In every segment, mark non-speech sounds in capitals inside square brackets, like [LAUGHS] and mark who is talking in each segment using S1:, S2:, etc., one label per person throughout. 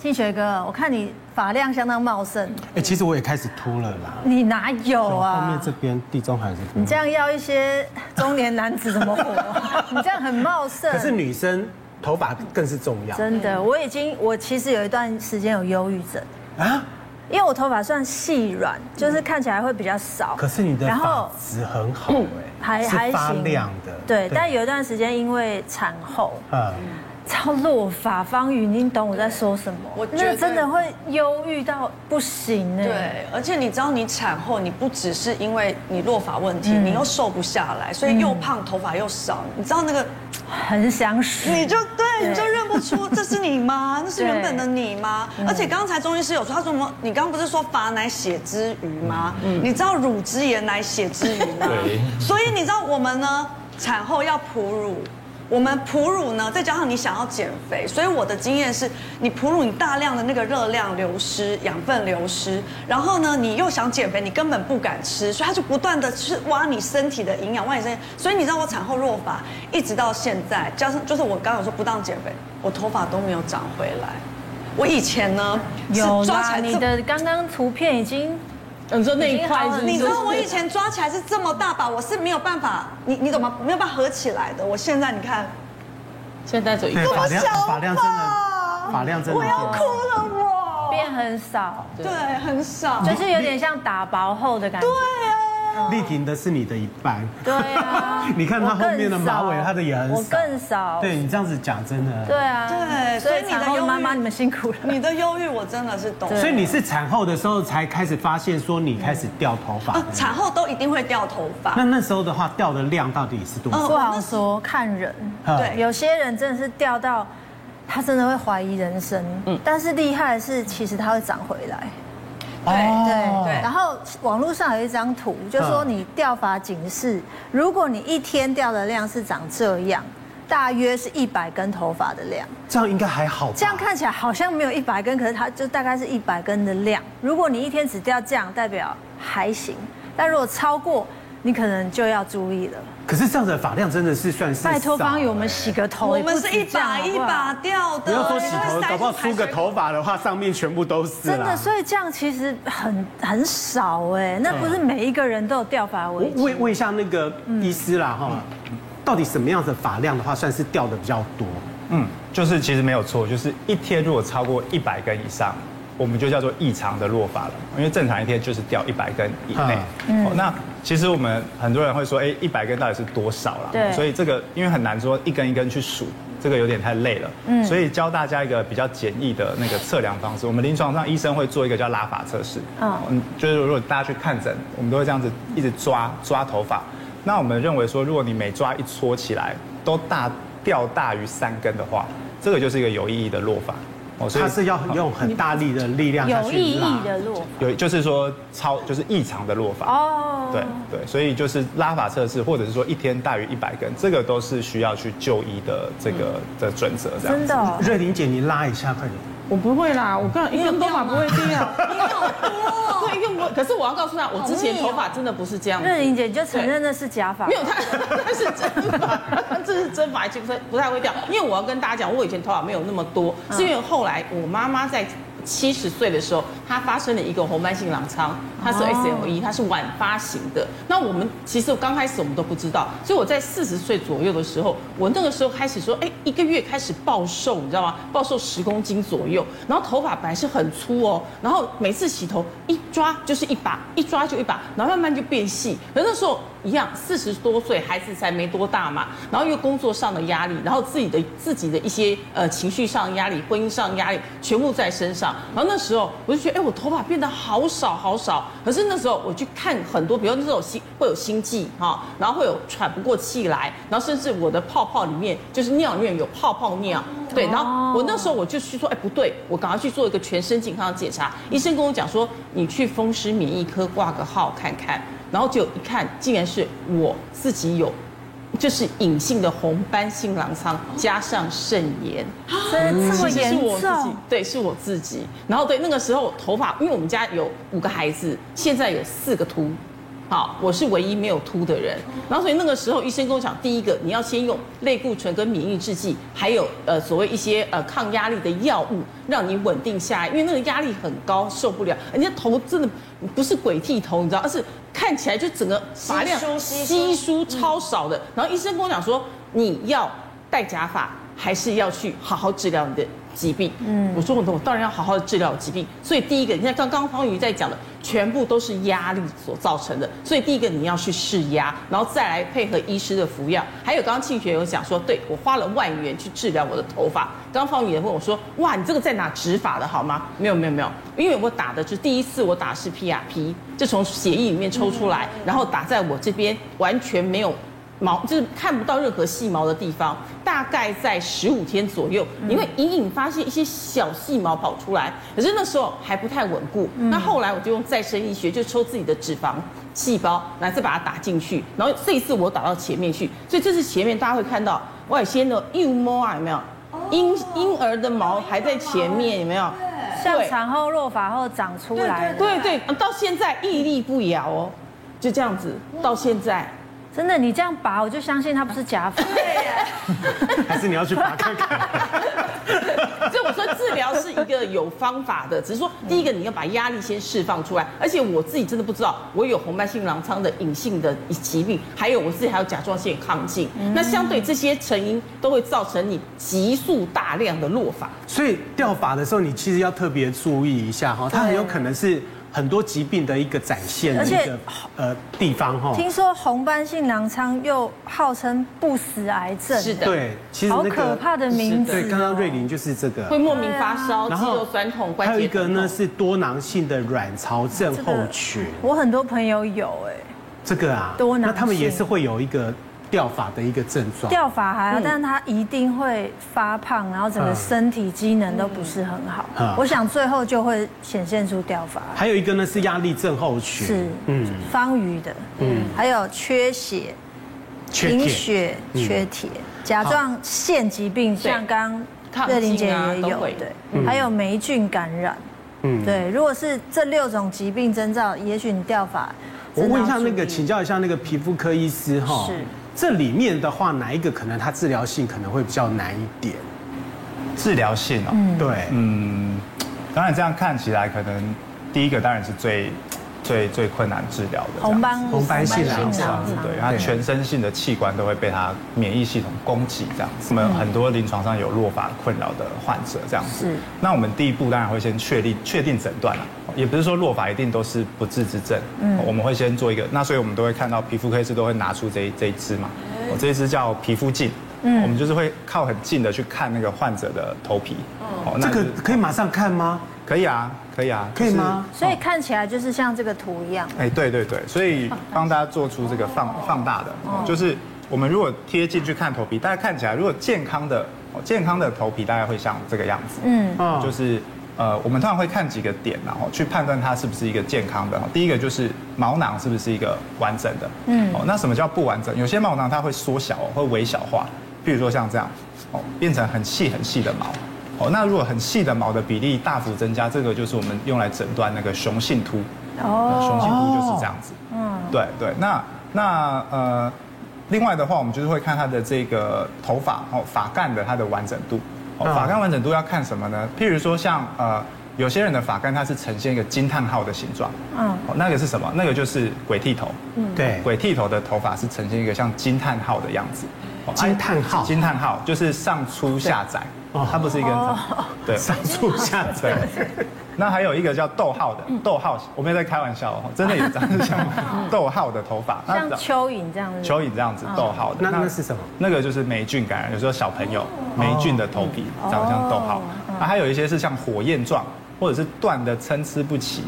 S1: 庆学哥，我看你发量相当茂盛，
S2: 哎，其实我也开始秃了啦，
S1: 你哪有
S2: 后面
S1: 啊？
S2: 这边地中海这边。
S1: 你这样要一些中年男子怎么活？你这样 [LAUGHS] 很茂盛。
S2: 可是女生头发更是重要
S1: 真的，我已经我其实有一段时间有忧郁症，
S2: 啊！
S1: 因为我头发算细软，就是看起来会比较少。
S2: 可是你的
S1: 然
S2: 发
S1: 后
S2: 质很好哎，
S1: [CLEARS THROAT] 还
S2: 是
S1: 还
S2: 发
S1: 行，
S2: 亮的。
S1: 对，但有一段时间因为产后
S2: 啊，
S1: 超落发，方宇，你懂我在说什么？
S3: 我绝
S1: 那
S3: 对
S1: 真的会忧郁到不行欸呢。
S3: 对，而且你知道，你产后你不只是因为你落发问题，你又瘦不下来，所以又胖，头发又少，你知道那个，
S1: 很想死。
S3: 你就
S1: 对
S3: 对，你就认不出这是你吗？那是原本的你吗？而且刚才中医师有说，他说什么？你刚刚不是说发乃血之余吗？你知道乳汁也乃血之余吗？
S4: 对
S3: [LAUGHS] 所以你知道我们呢，产后要哺乳。我们哺乳呢，再加上你想要减肥，所以我的经验是，你哺乳你大量的那个热量流失、养分流失，然后呢，你又想减肥，你根本不敢吃，所以它就不断的去挖你身体的营养，挖你身体。所以你知道我产后落发，一直到现在，加上就是我刚刚有说不当减肥，我头发都没有长回来。我以前呢是
S1: 有
S3: 抓起
S1: 啦，
S3: 来
S1: 你
S3: 这么
S1: 的刚刚图片已经
S5: 你说那一块是不是，
S3: 你知道我以前抓起来是这么大把，我是没有办法，你你懂吗？没有办法合起来的。我现在你看，
S5: 现在只有一
S2: 对，
S5: 块，
S2: 哎发
S3: 小
S2: 量发量真的，发量真的
S3: 我
S2: 变
S3: 要
S2: 好。
S3: 哭了我，
S1: 变很少，
S3: 对，很少，
S1: 就是有点像打薄后的感
S3: [LAUGHS]
S1: 觉。
S3: 啊
S2: 丽婷的是你的一半。
S1: 对啊
S2: [LAUGHS] 你看她
S1: 我更
S2: 后面的马尾
S1: 少
S2: 她的也很少
S1: 我更少。
S2: 对你这样子讲真
S1: 对
S2: 的，
S1: 啊，
S3: 对
S1: 所
S3: 所以
S1: 以
S3: 你的
S1: 产后
S3: 忧
S1: 的
S3: 郁
S1: 妈妈你们辛苦了。
S3: 你的忧郁我真的是懂。
S2: 所以你是产后的时候才开始发现说你开始掉头发
S1: 哦
S3: 啊。，产后都一定会掉头发
S1: 嗯
S2: 那。那时候的话，掉的量到底是多少？
S1: [LAUGHS]
S3: 嗯
S1: 不好说，看人。
S3: 对
S1: 有些人真的是掉到，他真的会怀疑人生。
S2: 嗯
S1: 但是厉害的是，其实他会长回来。
S2: 哦
S3: 对嗯
S1: 然后网络上有一张图，就说你掉发警示，如果你一天掉的量是长这样，大约是一百根头发的量。
S2: 这样应该还好吧。
S1: 这样看起来好像没有一百根，可是它就大概是一百根的量。如果你一天只掉这样，代表还行；但如果超过，你可能就要注意了。
S2: 可是这样子的发量真的是算是
S1: 拜托
S2: 少
S1: 方宇，我们
S2: 哎
S1: 洗个头，
S3: 欸我
S1: 也不
S3: 们
S1: 止
S3: 是一
S1: 这样
S3: 把一。
S1: 好好
S3: 把掉的，
S2: 不要说洗
S3: 因
S2: 头，
S3: 为塞
S2: 搞不好
S3: 住排
S2: 梳个
S3: 水
S2: 头发的话，上面全部都是啦。
S1: 真的，所以这样其实很很少哎，那不
S3: 嗯
S1: 是每一个人都有掉发危
S2: 我
S1: 机。
S2: 问问一下那个
S1: 嗯
S2: 医师啦哈，到底什么样的发量的话算是掉的比较多？
S4: 嗯，就是其实没有错，就是一天如果超过一百根以上，我们就叫做异常的落发了，因为正常一天就是掉一百根以内。哦，那其实我们很多人会说，哎，一百根到底是多少啦？
S1: 对
S4: 所以这个因为很难说一根一根去数，这个有点太累了。嗯，所以教大家一个比较简易的那个测量方式，我们临床上医生会做一个叫拉法测试。嗯，就是如果大家去看诊，我们都会这样子一直抓抓头发。那我们认为说，如果你每抓一撮起来都大掉大于三根的话，这个就是一个有意义的落法。哦，
S2: 它是要用很大力的力量下
S1: 有意
S2: 去拉
S1: 义。的落
S4: 有就是说超就是异常的落法。
S1: 哦，
S4: 对对，所以就是拉法测试，或者是说一天大于一百根，这个都是需要去就医的这个的准则。这样
S1: 真的哦
S2: 瑞玲姐，你拉一下，快点。
S5: 我不会啦，我刚一根头发不会掉， [LAUGHS] 对，一根不会。可是我要告诉他，我之前头发真的不是这样子。
S1: 瑞玲姐你就承认那是假发
S5: 没，有，他 [LAUGHS] 他是真发，这是真发，就不太不太会掉。因为我要跟大家讲，我以前头发没有那么多，是因为后来我妈妈在七十岁的时候，她发生了一个红斑性狼疮，她是 SLE，她是晚发型的。那我们其实刚开始我们都不知道，所以我在四十岁左右的时候，我那个时候开始说，哎，一个月开始暴瘦，你知道吗？暴瘦十公斤左右，然后头发本来是很粗哦，然后每次洗头一抓就是一把，一抓就一把，然后慢慢就变细。可是那时候一样，四十多岁，孩子才没多大嘛，然后又工作上的压力，然后自己的自己的一些呃情绪上的压力、婚姻上的压力，全部在身上。然后那时候我就觉得，哎，我头发变得好少好少。可是那时候我去看很多，比如那时候有心会有心悸哈、然后会有喘不过气来，然后甚至我的泡泡里面就是尿里面有泡泡尿，对，然后我那时候我就去说，哎，不对，我赶快去做一个全身健康的检查。医生跟我讲说，你去风湿免疫科挂个号看看。然后就一看，竟然是我自己有，就是隐性的红斑性狼疮加上肾炎，
S1: 真的这么
S5: 嗯其实是
S1: 严
S5: 我自己
S1: 重，，
S5: 对，是我自己。然后对那个时候头发，因为我们家有五个孩子，现在有四个秃。好，我是唯一没有秃的人。然后所以那个时候医生跟我讲，第一个你要先用类固醇跟免疫制剂，还有呃所谓一些呃抗压力的药物，让你稳定下来，因为那个压力很高，受不了。人家头真的不是鬼剃头，你知道，而是看起来就整个发量
S3: 稀疏嗯
S5: 稀疏超少的。然后医生跟我讲说，你要戴假发，还是要去好好治疗你的疾病？嗯，我说我我当然要好好治疗我疾病。所以第一个，你看刚刚方瑜在讲的，全部都是压力所造成的。所以第一个你要去释压，然后再来配合医师的服药。还有刚刚庆学有讲说，对我花了万元去治疗我的头发。刚刚方宇也问我说，哇，你这个在哪植发的好吗？没有没有没有，因为我打的是第一次我打的是 PRP，就从血液里面抽出来，然后打在我这边完全没有毛就是看不到任何细毛的地方，大概在十五天左右，你会隐隐发现一些小细毛跑出来，可是那时候还不太稳固。那后来我就用再生医学，就抽自己的脂肪细胞，然后再把它打进去，然后这一次我打到前面去，所以这是前面大家会看到外先的幼摸啊，有没有？婴婴儿的毛还在前面，有没有？
S1: 像
S5: 对
S1: 产后落发后长出来的，
S5: 对对，到现在屹立不摇哦，就这样子到现在。
S1: 真的，你这样拔，我就相信它不是假发。
S2: [LAUGHS] 哦还是你要去拔看看？
S1: [LAUGHS]
S5: 所以我说治疗是一个有方法的，只是说第一个你要把压力先释放出来，而且我自己真的不知道我有红斑性狼疮的隐性的疾病，还有我自己还有甲状腺亢进，
S1: 嗯
S5: 那相对这些成因都会造成你急速大量的落发。
S2: 所以掉发的时候，你其实要特别注意一下哈，它很有可能是很多疾病的一个展现的
S1: 而
S2: 一
S1: 且
S2: 个呃地方哈。
S1: 听说红斑性狼疮又号称不死癌症，
S5: 是的，
S2: 对，其实
S1: 好
S2: 那
S1: 可
S2: 个
S1: 怕的名字哦。
S2: 对，刚刚瑞玲就是这
S5: 会
S2: 个。
S5: 莫名发烧、
S2: 对啊
S5: 肌肉酸痛、关
S2: 还有
S5: 节
S2: 一个
S5: 疼
S2: 呢
S5: 痛。
S2: 是多囊性的卵巢症
S1: 这个
S2: 候群，
S1: 我很多朋友有哎，
S2: 这个啊，
S1: 多囊性
S2: 那他们也是会有一个掉发的一个症状。
S1: 掉发还好，
S5: 嗯
S1: 但是他一定会发胖，然后整个
S2: 嗯
S1: 身体机能都不是很好
S2: 嗯。
S1: 我想最后就会显现出掉发。
S2: 还有一个呢是压力症候群，
S1: 是，嗯，方瑜的，嗯，还有缺血、
S2: 缺
S1: 贫
S2: 铁，嗯
S1: 血、缺铁、甲状腺疾病，像刚
S5: 抗
S1: 瑞玲姐
S5: 性啊
S1: 也
S5: 都
S1: 有，
S5: 会
S1: 对，还有霉菌感染，
S2: 嗯，
S1: 对，如果是这六种疾病征兆，也许你掉发。
S2: 我问一下
S1: 真
S2: 那
S1: 的
S2: 个，
S1: 要注意
S2: 请教一下那个皮肤科医师哈，
S1: 是
S2: 这里面的话，哪一个可能它治疗性可能会比较难一点？
S4: 治疗性哦，
S1: 嗯
S2: 对，
S4: 嗯，当然这样看起来，可能第一个当然是最最最困难治疗的这样子
S1: 红斑
S2: 红斑嗯性狼
S1: 疮
S4: 对，它全身性的器官都会被它免疫系统攻击，这样子。我们很多临床上有落发困扰的患者这样子
S1: 是。
S4: 那我们第一步当然会先确立确定诊断了，啊也不是说落发一定都是不治之症。嗯，我们会先做一个，那所以我们都会看到皮肤科医师都会拿出这一这一支嘛，我这一支叫皮肤镜。嗯，我们就是会靠很近的去看那个患者的头皮。哦，
S2: 这个
S4: 就是
S2: 可以马上看吗？
S4: 可以啊，可以啊，
S2: 可以吗？
S1: 所以看起来就是像这个图一样，
S4: 哎，对对对，所以帮大家做出这个放放大的，就是我们如果贴近去看头皮，大家看起来如果健康的哦健康的头皮大概会像这个样子，
S1: 嗯，
S2: 啊
S4: 就，是呃，我们通常会看几个点，然后去判断它是不是一个健康的。哦第一个就是毛囊是不是一个完整的，嗯，哦，那什么叫不完整？有些毛囊它会缩小哦，会微小化，譬如说像这样，哦，变成很细很细的毛。哦，那如果很细的毛的比例大幅增加，这个就是我们用来诊断那个雄性秃。哦，雄性秃就是这样子。嗯，对对，那那呃，另外的话，我们就是会看它的这个头发哦，发干的它的完整度。哦，
S2: 嗯
S4: 发干完整度要看什么呢？譬如说像呃，有些人的发干它是呈现一个惊叹号的形状。嗯，哦，那个是什么？那个就是鬼剃头。
S2: 对，
S4: 鬼剃头的头发是呈现一个像惊叹号的样子。哦
S2: 惊叹号
S4: 惊叹号就是上粗下窄，
S2: 哦
S4: 哦，它不是一个人长。对，
S2: 上
S1: 嗯
S2: 吐下
S4: 对
S2: 泻。。
S4: 那还有一个叫逗号的，逗号，我没有在开玩笑哦，真的有长得像逗号的头发，
S2: 啊
S1: 像
S4: 那
S1: 蚯蚓这样子。
S4: 蚯蚓这样子逗号的。
S2: 那那是什么？
S4: 那个就是霉菌感染，有时候小朋友霉菌的头皮长得像逗号，那还有一些是像火焰状，或者是断的参差不齐。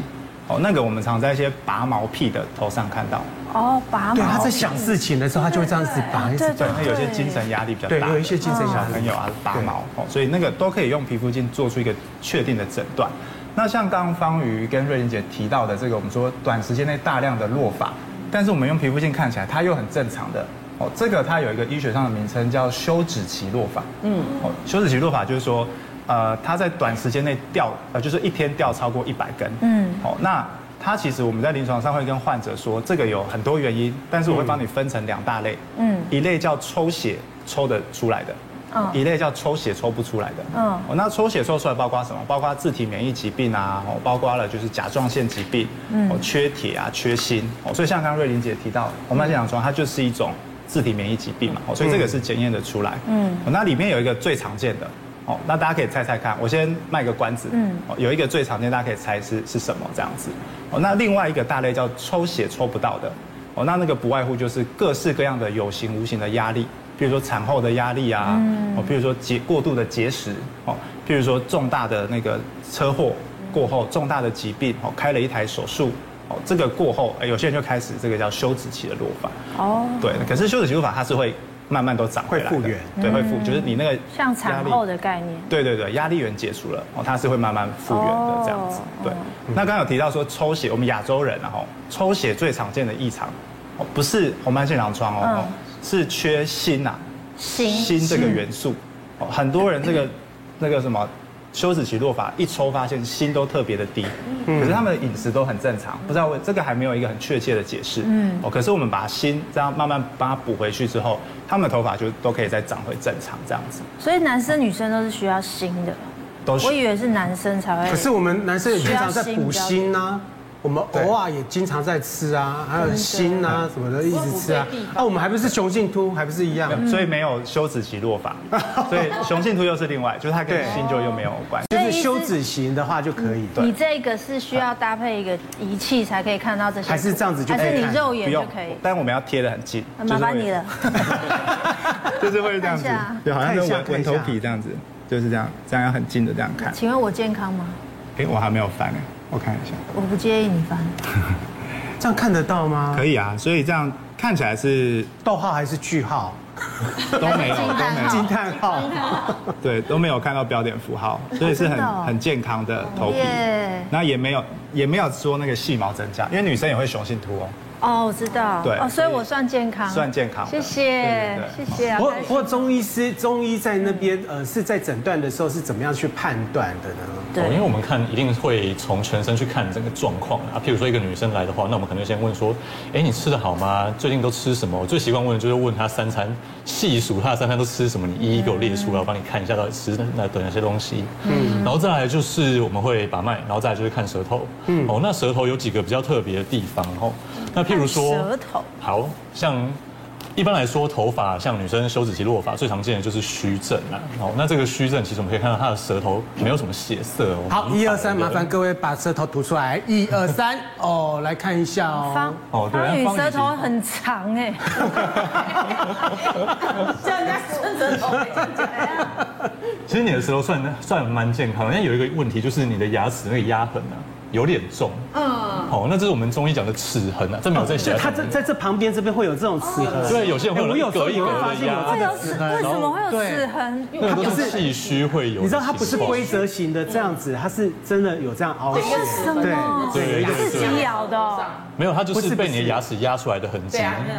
S4: 哦，那个我们常在一些拔毛癖的头上看到，
S1: 哦，拔
S2: 对，他
S1: 毛
S2: 在。想事情的时候，他就会这样子拔，一直
S1: 对
S4: 对，他有些精神压力比较大的，
S2: 对有一些精神压力
S4: 小朋友啊拔毛哦，所以那个都可以用皮肤镜做出一个确定的诊断。那像刚刚方瑜跟瑞玲姐提到的这个，我们说短时间内大量的落发，但是我们用皮肤镜看起来它又很正常的哦，这个它有一个医学上的名称叫休止期落发，嗯，哦，休止期落发就是说。呃，它在短时间内掉，呃，就是一天掉超过一百根，嗯，哦，那它其实我们在临床上会跟患者说，这个有很多原因，但是我会帮你分成两大类，嗯，一类叫抽血抽得出来的。一类叫抽血抽不出来的，嗯，那抽血抽出来包括什么？包括自体免疫疾病啊，哦，包括了就是甲状腺疾病，嗯，缺铁啊，缺锌，哦，所以像刚刚瑞玲姐提到，红斑性狼疮它就是一种自体免疫疾病嘛，哦，所以这个是检验的出来，嗯，那里面有一个最常见的，哦，那大家可以猜猜看，我先卖个关子，嗯，有一个最常见，大家可以猜是是什么这样子，哦，那另外一个大类叫抽血抽不到的，哦，那那个不外乎就是各式各样的有形无形的压力。比如说产后的压力啊，
S1: 嗯
S4: 哦，比如说节过度的节食，哦，譬如说重大的那个车祸过后，重大的疾病，哦，开了一台手术，哦，这个过后，哎有些人就开始这个叫休止期的落发，
S1: 哦，
S4: 对，可是休止期落发它是会慢慢都长回来的，
S2: 会复原
S4: 对，会复，就是你那个
S1: 嗯像
S4: 压
S1: 产
S4: 力
S1: 后的概念，
S4: 对对对，压力源解除了，哦，它是会慢慢复原的这样子
S1: 哦。
S4: 对，那刚刚有提到说抽血，我们亚洲人然后抽血最常见的异常，哦，不是红斑性狼疮哦，哦是缺锌呐，
S1: 嗯锌
S4: 锌这个元素，哦，很多人这个那个什么。休止期落发一抽发现锌都特别的低，
S1: 嗯
S4: 可是他们的饮食都很正常，不知道为这个还没有一个很确切的解释。嗯，哦，可是我们把锌这样慢慢帮它补回去之后，他们的头发就都可以再长回正常这样子。
S1: 所以男生女生都是需要锌的。
S4: 都是
S1: 我以为是男生才会，
S2: 可是我们男生也经常在
S1: 哎需要锌
S2: 补锌呐，我们偶尔也经常在吃啊，还有锌啊什么的，一直吃啊
S5: 我补对地。方
S2: 啊，我们还不是雄性秃，还不是一样
S4: 没？
S1: 嗯
S4: 有所以没有休止期
S1: [LAUGHS]
S4: 落发，所以雄性秃又是另外，就是它跟
S2: 对
S4: 性就又没有关系。
S2: 就是休止型的话就可以。
S1: 你这个是需要搭配一个仪器才可以看到这些，
S2: 还是这样子就
S1: 还
S2: 可以
S1: 是
S2: 看
S1: 你肉
S4: 不
S1: 眼就
S4: 用
S1: 可以，，
S4: 但我们要贴的很近，
S1: 很麻烦你了。
S4: [LAUGHS] 就是会，就是会这样子
S1: 看一下，
S4: 对，好像在
S2: 看一下
S4: 闻
S2: 看
S4: 闻
S2: 一下
S4: 头皮这样子，就是这样，这样要很近的这样看。
S1: 请问我健康吗？
S4: 哎，我还没有翻哎，我看一下，
S1: 我不介意你翻，
S2: 这样看得到吗？
S4: 可以啊，所以这样看起来是
S2: 逗号还是句号？
S4: 都没有，
S1: 还是
S4: 都
S1: 惊叹
S4: 没
S1: 号
S4: 有，
S2: 惊叹号。
S4: 对，都没有看到标点符号，所以是
S1: 真的哦
S4: 很很健康的头皮
S1: 耶，
S4: 那也没有也没有说那个细毛增加，因为女生也会雄性秃哦。
S1: 哦，我知道，
S4: 对
S1: 哦，所以我算健康，
S4: 算健康
S1: 谢
S4: 的对
S1: 谢谢
S4: 对对
S1: 谢啊
S2: 不，过
S1: 开心
S2: 不过中医师中医在那边呃是在诊断的时候是怎么样去判断的呢？
S6: 哦因为
S1: 对，
S6: 我们看一定会从全身去看整个状况啊。譬如说一个女生来的话，那我们可能先问说，哎，你吃的好吗？最近都吃什么？我最习惯问的就是问她三餐，细数她的三餐都吃什么，你一一给我列出来，我帮你看一下到底吃那的哪些东西。嗯，然后再来就是我们会把脉，然后再来就是看舌头。嗯，哦，那舌头有几个比较特别的地方哦。那譬如说
S1: 看舌头，
S6: 好像一般来说，头发像女生休止期落发，最常见的就是虚症啊。哦，那这个虚症其实我们可以看到她的舌头没有什么血色哦。
S2: 好，一二三，麻烦各位把舌头吐出来，一二三，哦，来看一下哦
S1: 方。
S6: 哦对
S1: 方宇
S6: 方宇
S1: 舌
S6: 已经
S1: 头很长哎，
S5: 叫人家伸舌头，哎
S6: 其实你的舌头算算蛮健康的，但有一个问题就是你的牙齿那个压痕啊有点重。嗯。哦，那这是我们中医讲的齿痕啊，这没有在写
S2: 就
S6: 在
S2: 哦它
S6: 上
S2: 在
S6: 面。
S2: 在这旁边这边会有这种齿痕，
S6: 对，有些人会
S2: 哎我有
S6: 一格一
S2: 时候也会
S6: 格
S2: 发
S6: 的
S2: 现有
S6: 压
S2: 这
S1: 会
S2: 个
S1: 有齿，为什么会有齿痕？
S6: 那个都是气虚会有的情况。
S2: 你知道它不是规则型的这样子，它是真的有这样凹陷。
S1: 什么
S2: 对
S6: 对对对
S1: 自己咬的哦
S6: 没有，它就
S2: 不是
S6: 是被
S2: 不
S6: 你
S2: 是
S6: 的牙齿压出来的痕迹
S5: 对。啊，那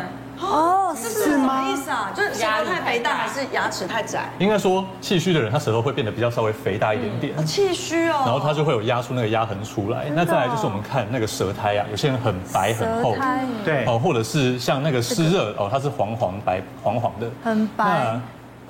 S1: 哦，
S3: 这
S1: 是
S3: 是什么意思啊？就是舌头太肥大，还是牙齿太窄？
S6: 应该说，气虚的人，他舌头会变得比较稍微肥大一点
S5: 嗯
S6: 点。
S3: 气虚哦。
S6: 然后它就会有压出那个压痕出来。那再来就是我们看那个舌苔啊，有些人很白很厚
S1: 哦舌，苔
S2: 对
S6: 哦，或者是像那个湿热哦，它是黄黄白黄黄的，
S1: 很白
S6: 嗯那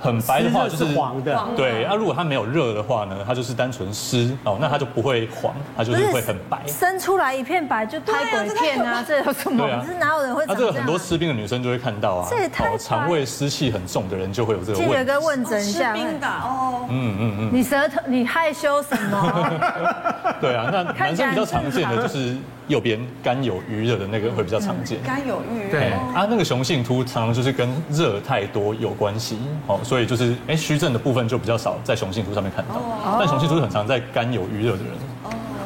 S6: 很白的话就
S2: 湿热是黄的黄
S6: 对。啊那如果它没有热的话呢，它就是单纯湿哦，那它就不会黄，它就
S1: 不
S6: 是
S1: 是
S6: 会很白。
S1: 生出来一片白就拍鬼片啊，这有什么？这哪有人会
S6: 那
S1: 长
S6: 这
S1: 这
S6: 个
S1: 样
S6: 很
S1: 啊？
S6: 多吃冰的女生就会看到啊，
S1: 这也太白
S6: 肠胃湿气很重的人就会有这个
S1: 记得
S6: 问题
S1: 跟。问诊一
S3: 吃
S1: 下，
S3: 冰的哦，
S6: 嗯嗯嗯，
S1: 你舌头你害羞什
S6: [LAUGHS]
S1: 么？
S6: 对啊，那
S1: [LAUGHS] 看
S6: 男
S1: 起来
S6: 生比较
S1: 很
S6: 常见的就是右边肝有余热的那个会比较常
S1: 嗯
S6: 见。
S3: 肝有郁。
S2: 对
S6: 哎啊，那个雄性秃常常就是跟热太多有关系，哦，所以就是哎虚症的部分就比较少在雄性秃上面看到，但雄性秃很常在肝有余热的人，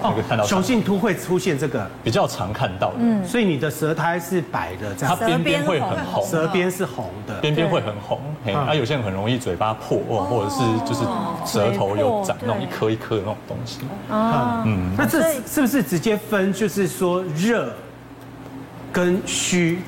S6: 那个看到
S2: 雄性秃会出现这个，
S6: 比较常看到的，
S1: 嗯
S2: 所以你的舌苔是白的这
S6: 它
S2: 样，
S6: 边边会很红，
S2: 舌边是红的。
S6: 边边会很红，嘿，
S2: 嗯
S6: 啊有些人很容易嘴巴破，哦或者是就是舌头有长那种
S1: 嘴破对
S6: 一颗一颗的那种东西，
S2: 嗯，那这
S1: 所以
S2: 是不是直接分？就是说热跟虚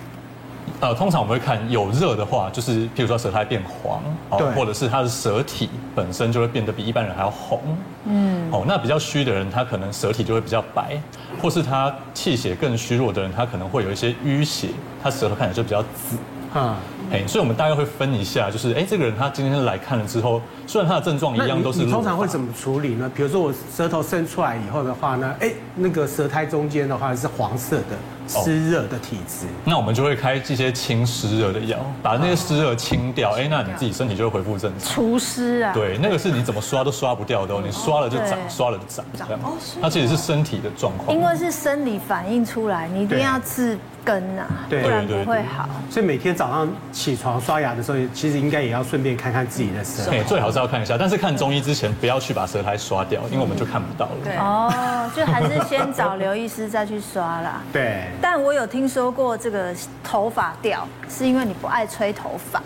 S6: 呃，通常我们会看有热的话，就是譬如说舌苔变黄，
S2: 对
S6: 哦，或者是它的舌体本身就会变得比一般人还要红，嗯，哦，那比较虚的人，他可能舌体就会比较白，或是他气血更虚弱的人，他可能会有一些淤血，他舌头看起来就比较紫，
S2: 啊，
S6: 哎，所以我们大概会分一下，就是哎，这个人他今天来看了之后，虽然他的症状
S2: 啊那
S6: 一样
S2: 你
S6: 都是
S2: 你通常
S6: 弱
S2: 会
S6: 发
S2: 怎么处理呢？比如说我舌头伸出来以后的话呢，哎，那个舌苔中间的话是黄色的，
S6: 哦
S2: 湿热的体质。
S6: 那我们就会开一些清湿热的药，把
S2: 哦
S6: 那些湿热清掉，哎，那你自己身体就会恢复正常。
S1: 厨师啊，
S6: 对，那个是你怎么刷都刷不掉的哦，你刷了就长，
S1: 对
S6: 刷了就长，这样。它其实是身体的状况。
S1: 因为是生理反应出来，你一定
S2: 对
S1: 要治根啊，不
S2: 对
S1: 然
S6: 对对
S1: 不
S6: 对
S1: 会好。
S2: 所以每天早上起床刷牙的时候，其实应该也要顺便看看自己的舌。
S6: 哎，最好是要看一下，但是看中医之前不要去把舌苔刷掉，因为我们就看不到了。
S3: 对
S1: 哦，就还是先找刘医师再去刷啦。
S2: 对，
S1: 但我有听说过这个头发掉，是因为你不爱吹头发，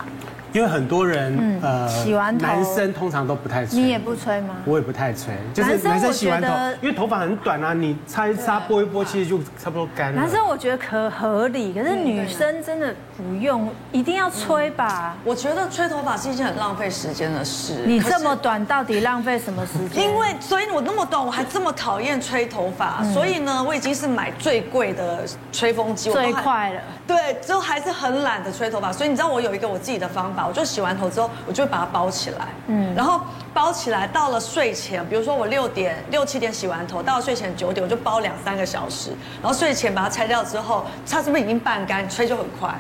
S2: 因为很多人、呃
S1: 嗯洗完头
S2: 男生通常都不太吹。
S1: 你也不吹吗？
S2: 我也不太吹，就是
S1: 男生
S2: 男生洗完头
S1: 我觉得，啊
S2: 因为头发很短啊，你擦一擦拨一拨，其实就差不多干了。
S1: 男生我觉得可合理，可是女生真的不用，一定要吹吧？
S3: 我觉得吹头发是一件很浪费时间的事。
S1: 你
S3: 可是
S1: 这么短，到底浪费什么时间？
S3: 因为，所以我那么短，我还这么讨厌吹头发，
S1: 嗯
S3: 所以呢，我已经是买最贵的吹风机，我都还
S1: 最快了。
S3: 对，之后还是很懒的吹头发，所以你知道我有一个我自己的方法，我就洗完头之后，我就会把它包起来，嗯，然后包起来到了睡前，比如说我六点六七点洗完头，到了睡前九点我就包两三个小时，然后睡前把它拆掉之后，它是不是已经半干？吹就很快。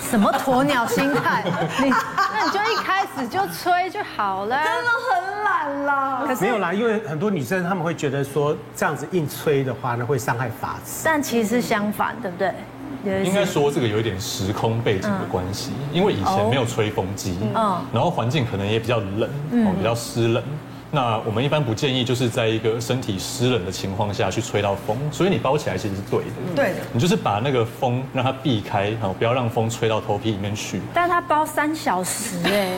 S1: 什么鸵鸟心态？ [LAUGHS] 你那你就一开始就吹就好了。真的很懒啦。可
S2: 没
S1: 是，
S2: 有啦，因为很多女生她们会觉得说这样子硬吹的话呢，会伤害发质。
S1: 但其实相反，对不对？刘医
S6: 应
S1: 师
S6: 该说这个有一点时空背景的关系，因为以前没有吹风机，
S1: 嗯
S6: 然后环境可能也比较冷，哦，比较湿冷。那我们一般不建议就是在一个身体湿冷的情况下去吹到风，所以你包起来其实是对的。
S3: 对的
S6: 你就是把那个风让它避开，哦，不要让风吹到头皮里面去。
S1: 但他包三小时哎，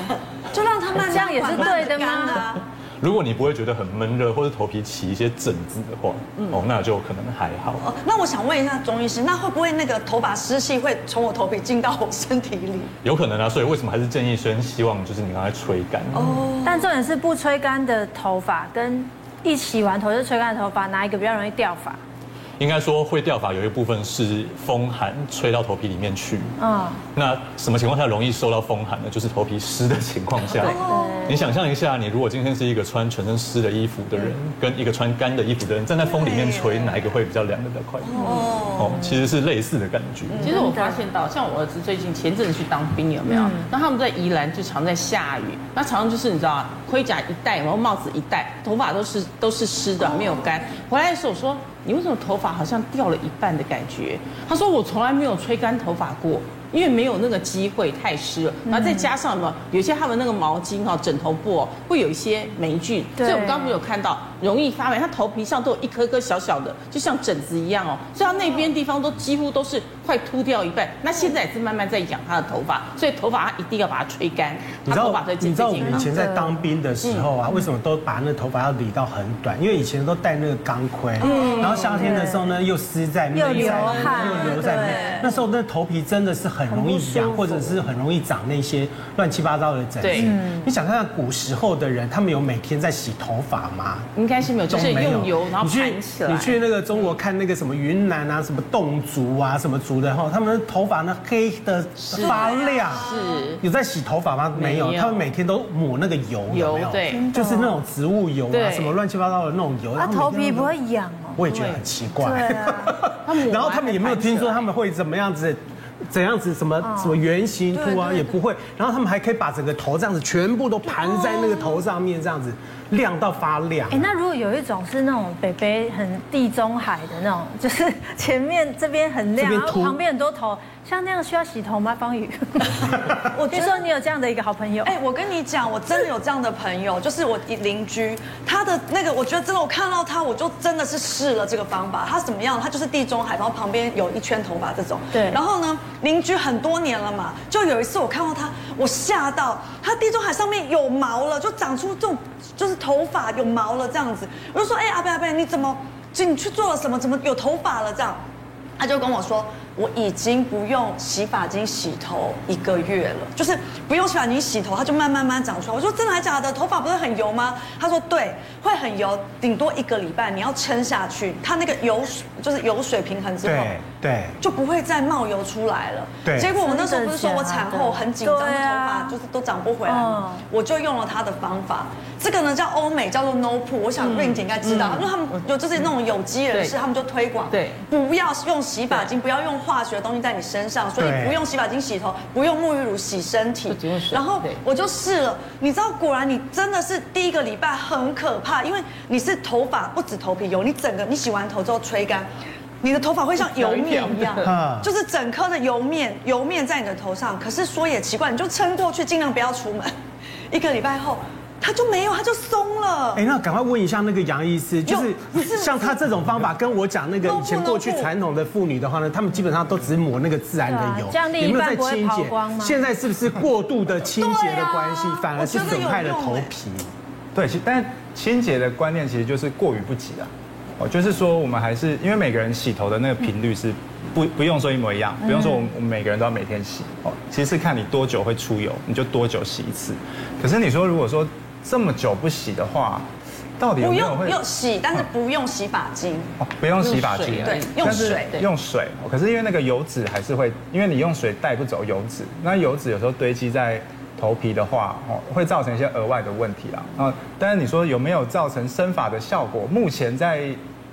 S3: 就让它慢慢
S1: 这样也是对的吗
S3: 慢慢地干啊
S6: 如果你不会觉得很闷热，或者头皮起一些疹子的话，哦，那就可能还好。
S3: 哦，那我想问一下钟医师，那会不会那个头发湿气会从我头皮进到我身体里？
S6: 有可能啊，所以为什么还是建议先希望就是你刚才吹干。
S1: 但重点是不吹干的头发跟一洗完头就吹干的头发，哪一个比较容易掉发？
S6: 应该说会掉发有一部分是风寒吹到头皮里面去。
S1: 嗯，
S6: 那什么情况下容易受到风寒呢？就是头皮湿的情况下。你想象一下，你如果今天是一个穿全身湿的衣服的人，跟一个穿干的衣服的人站在风里面吹，哪一个会比较凉的比较快？哦，其实是类似的感觉。
S5: 其实我发现到，像我儿子最近前阵子去当兵，有没有？那他们在宜兰就常在下雨，那常常就是你知道啊，盔甲一戴，然后帽子一戴，头发都是都是湿的，没有干。回来的时候我说，你为什么头发好像掉了一半的感觉？他说我从来没有吹干头发过。因为没有那个机会，太湿了，然后再加上什么，有些他们那个毛巾哈、枕头布哦，会有一些霉菌，
S1: 对
S5: 所以我们刚不是有看到容易发霉，它头皮上都有一颗颗小小的，就像疹子一样哦，所以它那边地方都几乎都是快秃掉一半。那现在也是慢慢在养它的头发，所以头发它一定要把它吹干，
S2: 你
S5: 它
S2: 知
S5: 头
S2: 道
S5: 发才
S2: 你
S5: 健
S2: 知道
S5: 健
S2: 我
S5: 康
S2: 们以前
S5: 康。
S2: 在当兵的时候
S5: 嗯
S2: 啊，为什么都把那头发要理到很短？因为以前都戴那个钢盔，
S5: 嗯
S2: 然后夏天的时候呢又湿在那，
S1: 又流汗
S2: 又流在
S1: 对
S2: 那，那时候那头皮真的是很容易痒，或者是很容易长那些乱七八糟的疹子
S5: 对。
S2: 你想看看古时候的人，他们有每天在洗头发吗？
S5: 应该是没有，就是
S2: 没有
S5: 用油然后
S2: 你去
S5: 盘起来。
S2: 你去那个中国看那个什么云南啊，什么侗族啊，什么族的哈，他们的头发呢黑的发亮。
S5: 是啊
S2: 有在洗头发吗？没有，
S5: 没有
S2: 他们每天都抹那个油，有没有
S5: 油对
S2: 就是那种植物油啊，
S5: 对
S2: 什么乱七八糟的那种油。
S1: 那
S2: 他们每
S1: 哦啊头
S2: 天
S1: 皮
S2: 都
S1: 不会痒哦。
S2: 我也觉得很奇怪。
S1: 对啊，
S5: [LAUGHS] 他抹完
S2: 然后他们也没有听说他们会怎么样子。怎样子什么
S1: 哦
S2: 什么圆形秃啊也不会，然后他们还可以把整个头这样子全部都盘在那个头上面，这样子亮到发亮。
S1: 哎，那如果有一种是那种北北很地中海的那种，就是 [LAUGHS] 前面这边很亮，
S2: 这边
S1: 然后
S2: 秃
S1: 旁边很多头，像那样需要洗头吗？方宇，我听说你有这样的一个好朋友，
S3: 哎、我跟你讲，我真的有这样的朋 [LAUGHS] 友，就是我邻居，他的那个，我觉得真的，我看到他，我就真的是试了这个方法。他怎么样？他就是地中海，然后旁边有一圈头发这种。
S1: 对
S3: 然后呢，邻居很多年了嘛，就有一次我看到他，我吓到，他地中海上面有毛了，就长出这种就是头发有毛了这样子。我就说，哎、阿贝阿贝，你怎么，就你去做了什么？怎么有头发了这样？他就跟我说，我已经不用洗发精洗头一个月了，就是不用洗发精洗头，它就慢慢慢长出来。我说真的还假的？头发不是很油吗？他说对，会很油，顶多一个礼拜你要撑下去，它那个油就是油水平衡
S1: 哦
S3: 之后
S2: 对。对，
S3: 就不会再冒油出来了。
S2: 对
S3: 结果我那时候不是说我产后很紧张，头
S1: 真的假的
S3: 发就是都长不回来吗
S1: 嗯？
S3: 我就用了他的方法，这个呢叫欧美，叫做 No Poo。我想 Rain 姐应该知
S1: 嗯
S3: 道，因为他们有就是那种有机人士，
S5: 对
S3: 他们就推广，
S5: 对
S3: 不要用洗发精，不要用化学的东西在你身上，所以
S2: 对
S3: 不用洗发精洗头，不用沐浴乳洗身体
S5: 就只用。水
S3: 然后
S5: 对
S3: 我就试了，你知道，果然你真的是第一个礼拜很可怕，因为你是头发不止头皮油，你整个你洗完头之后吹干。你的头发会像油面一样
S5: 一条一条，
S4: 啊
S2: 的
S3: [LAUGHS] 就是整颗的油面，油面在你的头上。可是说也奇怪，你就撑过去，尽量不要出门。一个礼拜后，它就没有，它就松了。
S2: 哎，那赶快问一下那个杨医师，就是
S3: 有是
S2: 像他这种方法，跟我讲那个
S3: 弄布
S2: 以前过去
S3: 弄布
S2: 传统的妇女的话呢，她们基本上都只抹那个自然的油
S1: 对啊这样另，一
S2: 有没有
S1: 半
S2: 在
S1: 不会
S2: 清
S1: 跑
S2: 洁
S1: 光？吗
S2: 现在是不是过度的清洁
S3: 对
S2: 的
S3: 啊
S2: 关系，反而是
S3: 我觉得
S2: 损害了
S3: 有用
S2: 头
S3: 哎
S2: 皮？
S4: 对，其但清洁的观念其实就是过于不及啊。哦，就是说我们还是因为每个人洗头的那个频率是不不用说一模一样，不用
S3: 嗯
S4: 说我们我们每个人都要每天洗哦，其实是看你多久会出油，你就多久洗一次。可是你说如果说这么久不洗的话，到底有
S3: 不
S4: 没有
S3: 用
S4: 会啊
S3: 用洗，但是不用洗发精。
S4: 哦不用洗发精，
S3: 对用
S4: 但是
S3: 水
S5: 对
S4: 用水。哦可是因为那个油脂还是会，因为你用水带不走油脂，那油脂有时候堆积在头皮的话，哦，会造成一些额外的问题啦。啊，但是你说有没有造成生发的效果？目前在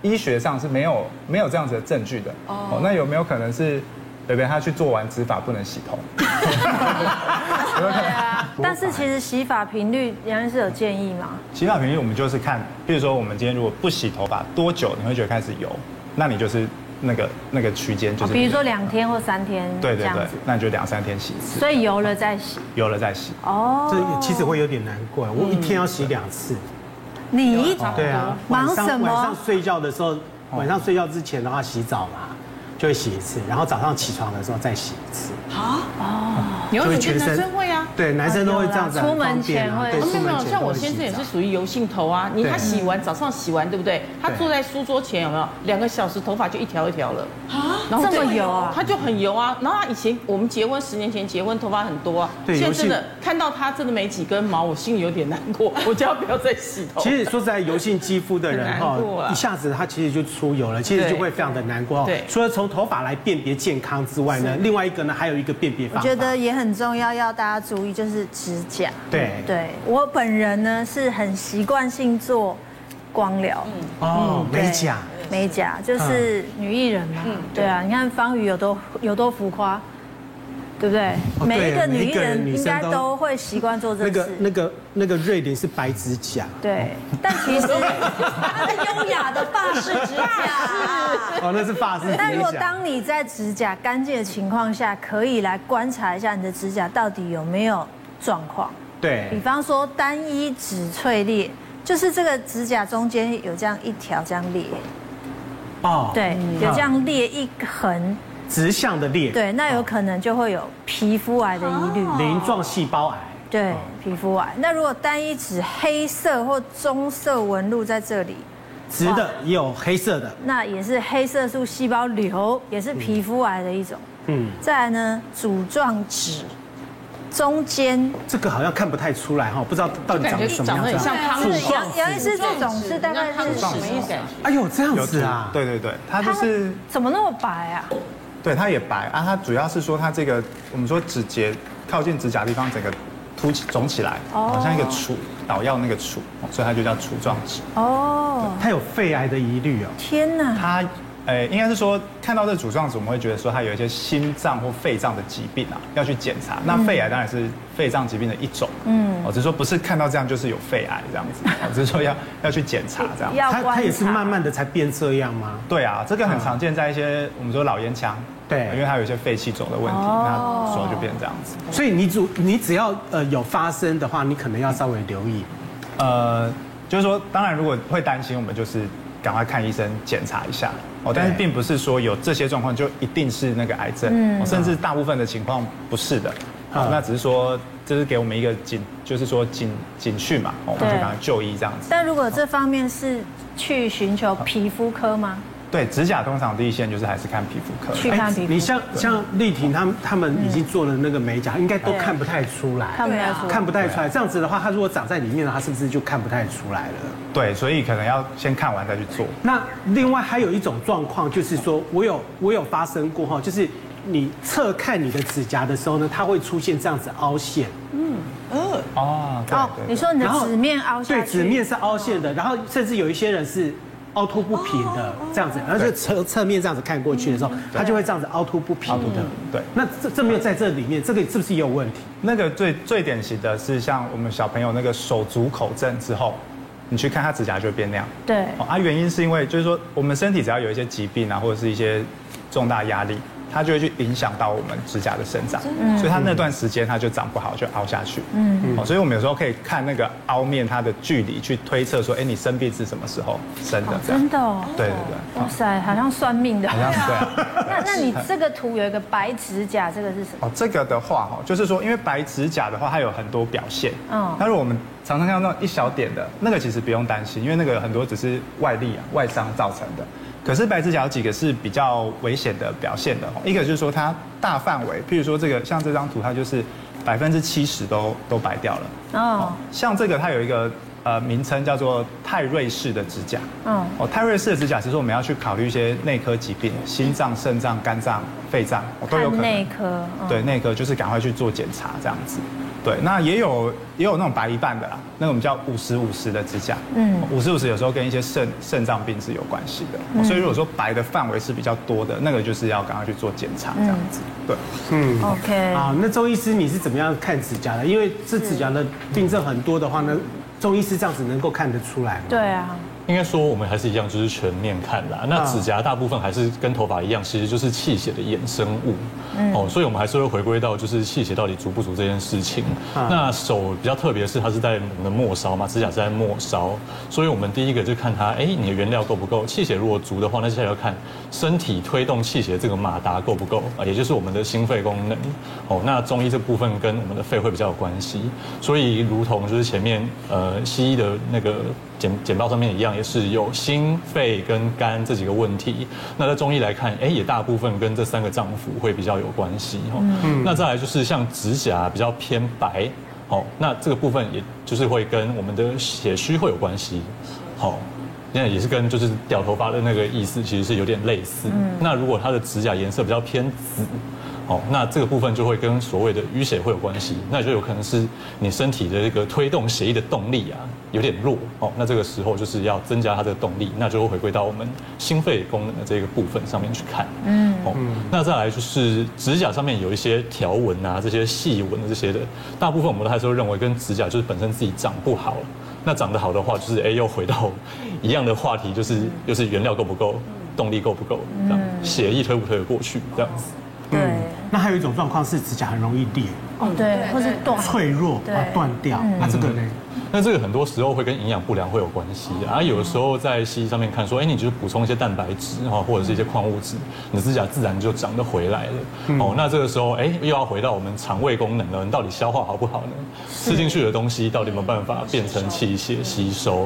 S4: 医学上是没有没有这样子的证据的。哦，那有没有可能是？北北他去做完植发不能洗头，
S1: 但是其实洗发频率杨医师有建议吗？
S4: 洗发频率我们就是看，比如说我们今天如果不洗头发多久，你会觉得开始油，那你就是那个那个区间就是、
S1: 哦比如说两天或三天
S4: 对
S1: 这
S4: 对
S1: 样
S4: 对
S1: 子，，
S4: 那你就两三天洗一次，
S1: 所以油了再洗
S4: 有了再洗。
S1: 哦。
S2: 这也其实会有点难过，我一天要洗两次。
S1: 你一
S2: 对啊，
S1: 嗯忙
S2: 晚上
S1: 什么
S2: 晚上睡觉的时候，晚上睡觉之前的话洗澡嘛，就会洗一次，然后早上起床的时候再洗一次。
S5: 有
S2: 所以
S5: 有
S2: 全
S5: 些
S2: 身
S5: 男生会啊。
S2: 对，男生都会这样子，
S1: 有啦
S2: 很方便啊
S1: 出门前会
S2: 对
S5: 哦没有没
S2: 出门
S5: 有，
S2: 前
S5: 像我
S2: 都会洗
S5: 先生也是
S2: 澡
S5: 属于油性头啊。你
S2: 对
S5: 他洗完早上洗完，对不对？他坐在书桌前有没有两个小时，头发就一条一条了啊？然
S1: 这
S5: 就
S1: 么油啊
S5: 他就很油啊。然后他以前我们结婚十年前结婚，头发很多啊。
S2: 对
S5: 现
S2: 油
S5: 在
S2: 性
S5: 真的看到他真的没几根毛，我心里有点难过，我就要不要再洗头。
S2: 其实说实在，油性肌肤的人哈
S5: 哦很难过，啊
S2: 一下子他其实就出油了，其实
S5: 对
S2: 就会非常的难过。
S5: 对
S2: 除了从头发来辨别健康之外呢，另外一个呢，还有一个辨别方
S1: 我
S2: 法。
S1: 觉得也很重要，要大家注意就是指甲。
S2: 对
S1: 对我本人呢是很习惯性做光疗，
S2: 哦，
S1: 对
S2: 美甲，嗯
S1: 美甲就是女艺人
S3: 嗯
S1: 嘛，对啊，你看方宇有多有多浮夸，对不对？
S2: 哦对
S1: 每一个
S2: 每
S1: 女
S2: 一
S1: 艺
S2: 个人
S1: 人
S2: 女
S1: 应
S2: 生
S1: 该
S2: 都
S1: 都会习惯做这
S2: 那个
S1: 事。
S2: 那个那个瑞典是白指
S1: [LAUGHS]
S2: 甲。
S1: 对，
S2: [LAUGHS]
S1: 但其实，
S3: 它的优雅的发式
S1: [LAUGHS]
S2: [LAUGHS]
S3: 指甲，
S2: 哦，那是发式
S1: 但如
S2: 指
S1: 果
S2: 甲。
S1: 当你在指甲干净的情况下，可以来观察一下你的指甲到底有没有状况。比
S2: 对，
S1: 方说单一指脆裂，就是这个指甲中间有这样一条这样裂，
S2: 哦，
S1: 对，有这样裂一横，
S2: 直向的裂，
S1: 对，那有可能就会有皮肤癌的疑虑，
S2: 鳞状细胞癌。
S1: 对，皮肤癌。那如果单一指黑色或棕色纹路在这里，
S2: 直的也有黑色的，
S1: 那也是黑色素细胞瘤，也是皮肤癌的一种。
S2: 嗯，
S1: 再来呢，柱状指中间
S2: 这个好像看不太出来哈，不知道到底
S5: 感
S2: 长
S5: 觉
S2: 得什么
S5: 长得
S2: 样
S5: 很
S2: 子
S5: 像
S2: 啊。
S5: 康
S2: 柱
S5: 氏
S2: 状
S1: 有有一次这种是大概
S5: 康
S1: 是
S5: 氏
S1: 什
S5: 什
S1: 么
S5: 么
S1: 意
S5: 意
S1: 思
S5: 思？
S2: 哎呦，这样子
S4: 指
S2: 啊，
S4: 对对对，它就
S1: 它
S4: 是
S1: 怎么那么白啊？
S4: 对它也白啊，它主要是说它这个我们说指节靠近指甲的地方整个凸起肿起来，
S1: 哦
S4: 好像一个杵捣药那个杵，哦所以它就叫杵状指。
S1: 哦，
S2: 它有肺癌的疑虑哦。
S1: 天哪！
S4: 它呃，应该是说看到这主状子，我们会觉得说它有一些心脏或肺脏的疾病啊，要去检查。那
S1: 嗯
S4: 肺癌当然是肺脏疾病的一种，嗯，哦，只是说不是看到这样就是有肺癌这样子，哦只是说要要去检查这样。
S1: 要
S2: 它
S1: 观
S2: 它也是
S1: 察
S2: 慢慢的才变这样吗？
S4: 对啊，这个很常见在一些我们说老烟枪，
S2: 对
S4: 因为它有一些肺气肿的问题，
S1: 哦
S4: 那手就变这样子。
S2: 所以你主你只要呃有发生的话，你可能要稍微留意。
S4: 呃，就是说，当然如果会担心，我们就是赶快看医生检查一下哦。但是
S2: 对
S4: 并不是说有这些状况就一定是那个癌症，
S1: 嗯
S4: 哦甚至大部分的情况不是的。
S2: 嗯
S4: 哦那只是说，这是给我们一个警，就是说警警讯嘛，哦我们
S1: 对
S4: 就赶快就医这样子。
S1: 但如果这方面是去寻求皮肤科吗？
S4: 对，指甲通常第一线就是还是看皮肤科。
S1: 去看皮肤
S2: 哎你像像丽婷他们他们已经做了那个美甲，应该都看不太出来，
S1: 看不太出来
S2: 看不太出来。这样子的话，它如果长在里面了，它是不是就看不太出来了？
S4: 对，所以可能要先看完再去做。
S2: 那另外还有一种状况，就是说我有我有发生过哈，就是你侧看你的指甲的时候呢，它会出现这样子凹陷，
S4: 哦，对
S1: 哦，
S4: 对
S1: 你说你的纸面凹下去，哦
S2: 对，纸面是凹陷的，然后甚至有一些人是凹凸不平的这样子，然后就侧侧面这样子看过去的时候，
S1: 嗯
S2: 它就会这样子凹凸不平的。
S4: 对
S2: 那这这没有在这里面，这个是不是也有问题？
S4: 那个最最典型的是像我们小朋友那个手足口症之后，你去看他指甲就会变那样。
S1: 对
S4: 哦啊，原因是因为就是说我们身体只要有一些疾病啊，或者是一些重大压力，它就会去影响到我们指甲的生长，所以它那段时间它就长不好，就凹下去。嗯，哦，所以我们有时候可以看那个凹面它的距离去推测说，哎，你生病是什么时候生的
S1: 哦，
S4: 这样
S1: 真。的哦，
S4: 对对对，
S1: 哇塞，好像算命的。
S4: 好像是这样。
S1: [LAUGHS] 那那你这个图有一个白指甲，这个是什么？
S4: 哦，这个的话哈，就是说，因为白指甲的话，它有很多表现。
S1: 嗯
S4: 嗯，那如果我们常常看到那种一小点的，那个其实不用担心，因为那个很多只是外力啊、外伤造成的。可是白指甲有几个是比较危险的表现的哦，一个就是说它大范围，譬如说这个像这张图，它就是百分之七十都都白掉了。
S1: 哦，
S4: 像这个它有一个呃名称叫做泰瑞氏的指甲。
S1: 嗯
S4: 嗯，哦，泰瑞氏的指甲其实我们要去考虑一些内科疾病，心脏、肾脏、肝脏、肺脏、哦、都有可
S1: 看
S4: 能。
S1: 内科。嗯
S4: 对，那个就是赶快去做检查这样子。对，那也有也有那种白一半的啦，那个我们叫五十五十的指甲，
S1: 嗯
S4: 嗯，五十五十有时候跟一些肾肾脏病是有关系的、所以如果说白的范围是比较多的，那个就是要赶快去做检查这样子。对，
S2: 嗯。
S1: OK，
S2: 啊，那周医师你是怎么样看指甲的？因为这指甲的病症很多的
S1: 嗯
S2: 话呢，中医师这样子能够看得出来吗？
S1: 对啊，
S6: 应该说我们还是一样，就是全面看啦。那指甲大部分还是跟头发一样，其实就是气血的衍生物。哦，所以我们还是会回归到就是气血到底足不足这件事情。那手比较特别是它是在我们的末梢嘛，指甲是在末梢，所以我们第一个就看它，哎，你的原料够不够？气血如果足的话，那接下来要看身体推动气血这个马达够不够啊，也就是我们的心肺功能。哦，那中医这部分跟我们的肺会比较有关系，所以如同就是前面呃西医的那个简简报上面一样，也是有心、肺跟肝这几个问题。那在中医来看，哎，也大部分跟这三个脏腑会比较有关系哦。那再来就是像指甲比较偏白，哦，那这个部分也就是会跟我们的血虚会有关系，哦好、那也是跟就是掉头发的那个意思其实是有点类似。那如果它的指甲颜色比较偏紫，哦，那这个部分就会跟所谓的淤血会有关系，那就有可能是你身体的这个推动血液的动力啊有点弱哦，那这个时候就是要增加它的动力，那就会回归到我们心肺功能的这个部分上面去看。嗯，哦，那再来就是指甲上面有一些条纹啊，这些细纹的这些的，大部分我们都还是会认为跟指甲就是本身自己长不好。那长得好的话，就是哎、又回到一样的话题，就是又是原料够不够，动力够不够，这样血液推不推得过去，这样子。
S1: 对，
S4: 嗯
S2: 那还有一种状况是指甲很容易裂、
S1: 哦对，或是断，
S2: 脆弱
S1: 对嗯
S2: 啊断掉，那这个呢？
S6: 那这个很多时候会跟营养不良会有关系啊，有的时候在西医上面看说，哎，你就是补充一些蛋白质哦，或者是一些矿物质，你的指甲自然就长得回来了。哦，那这个时候，哎，又要回到我们肠胃功能了，你到底消化好不好呢？吃进去的东西到底有没有办法变成气血吸收？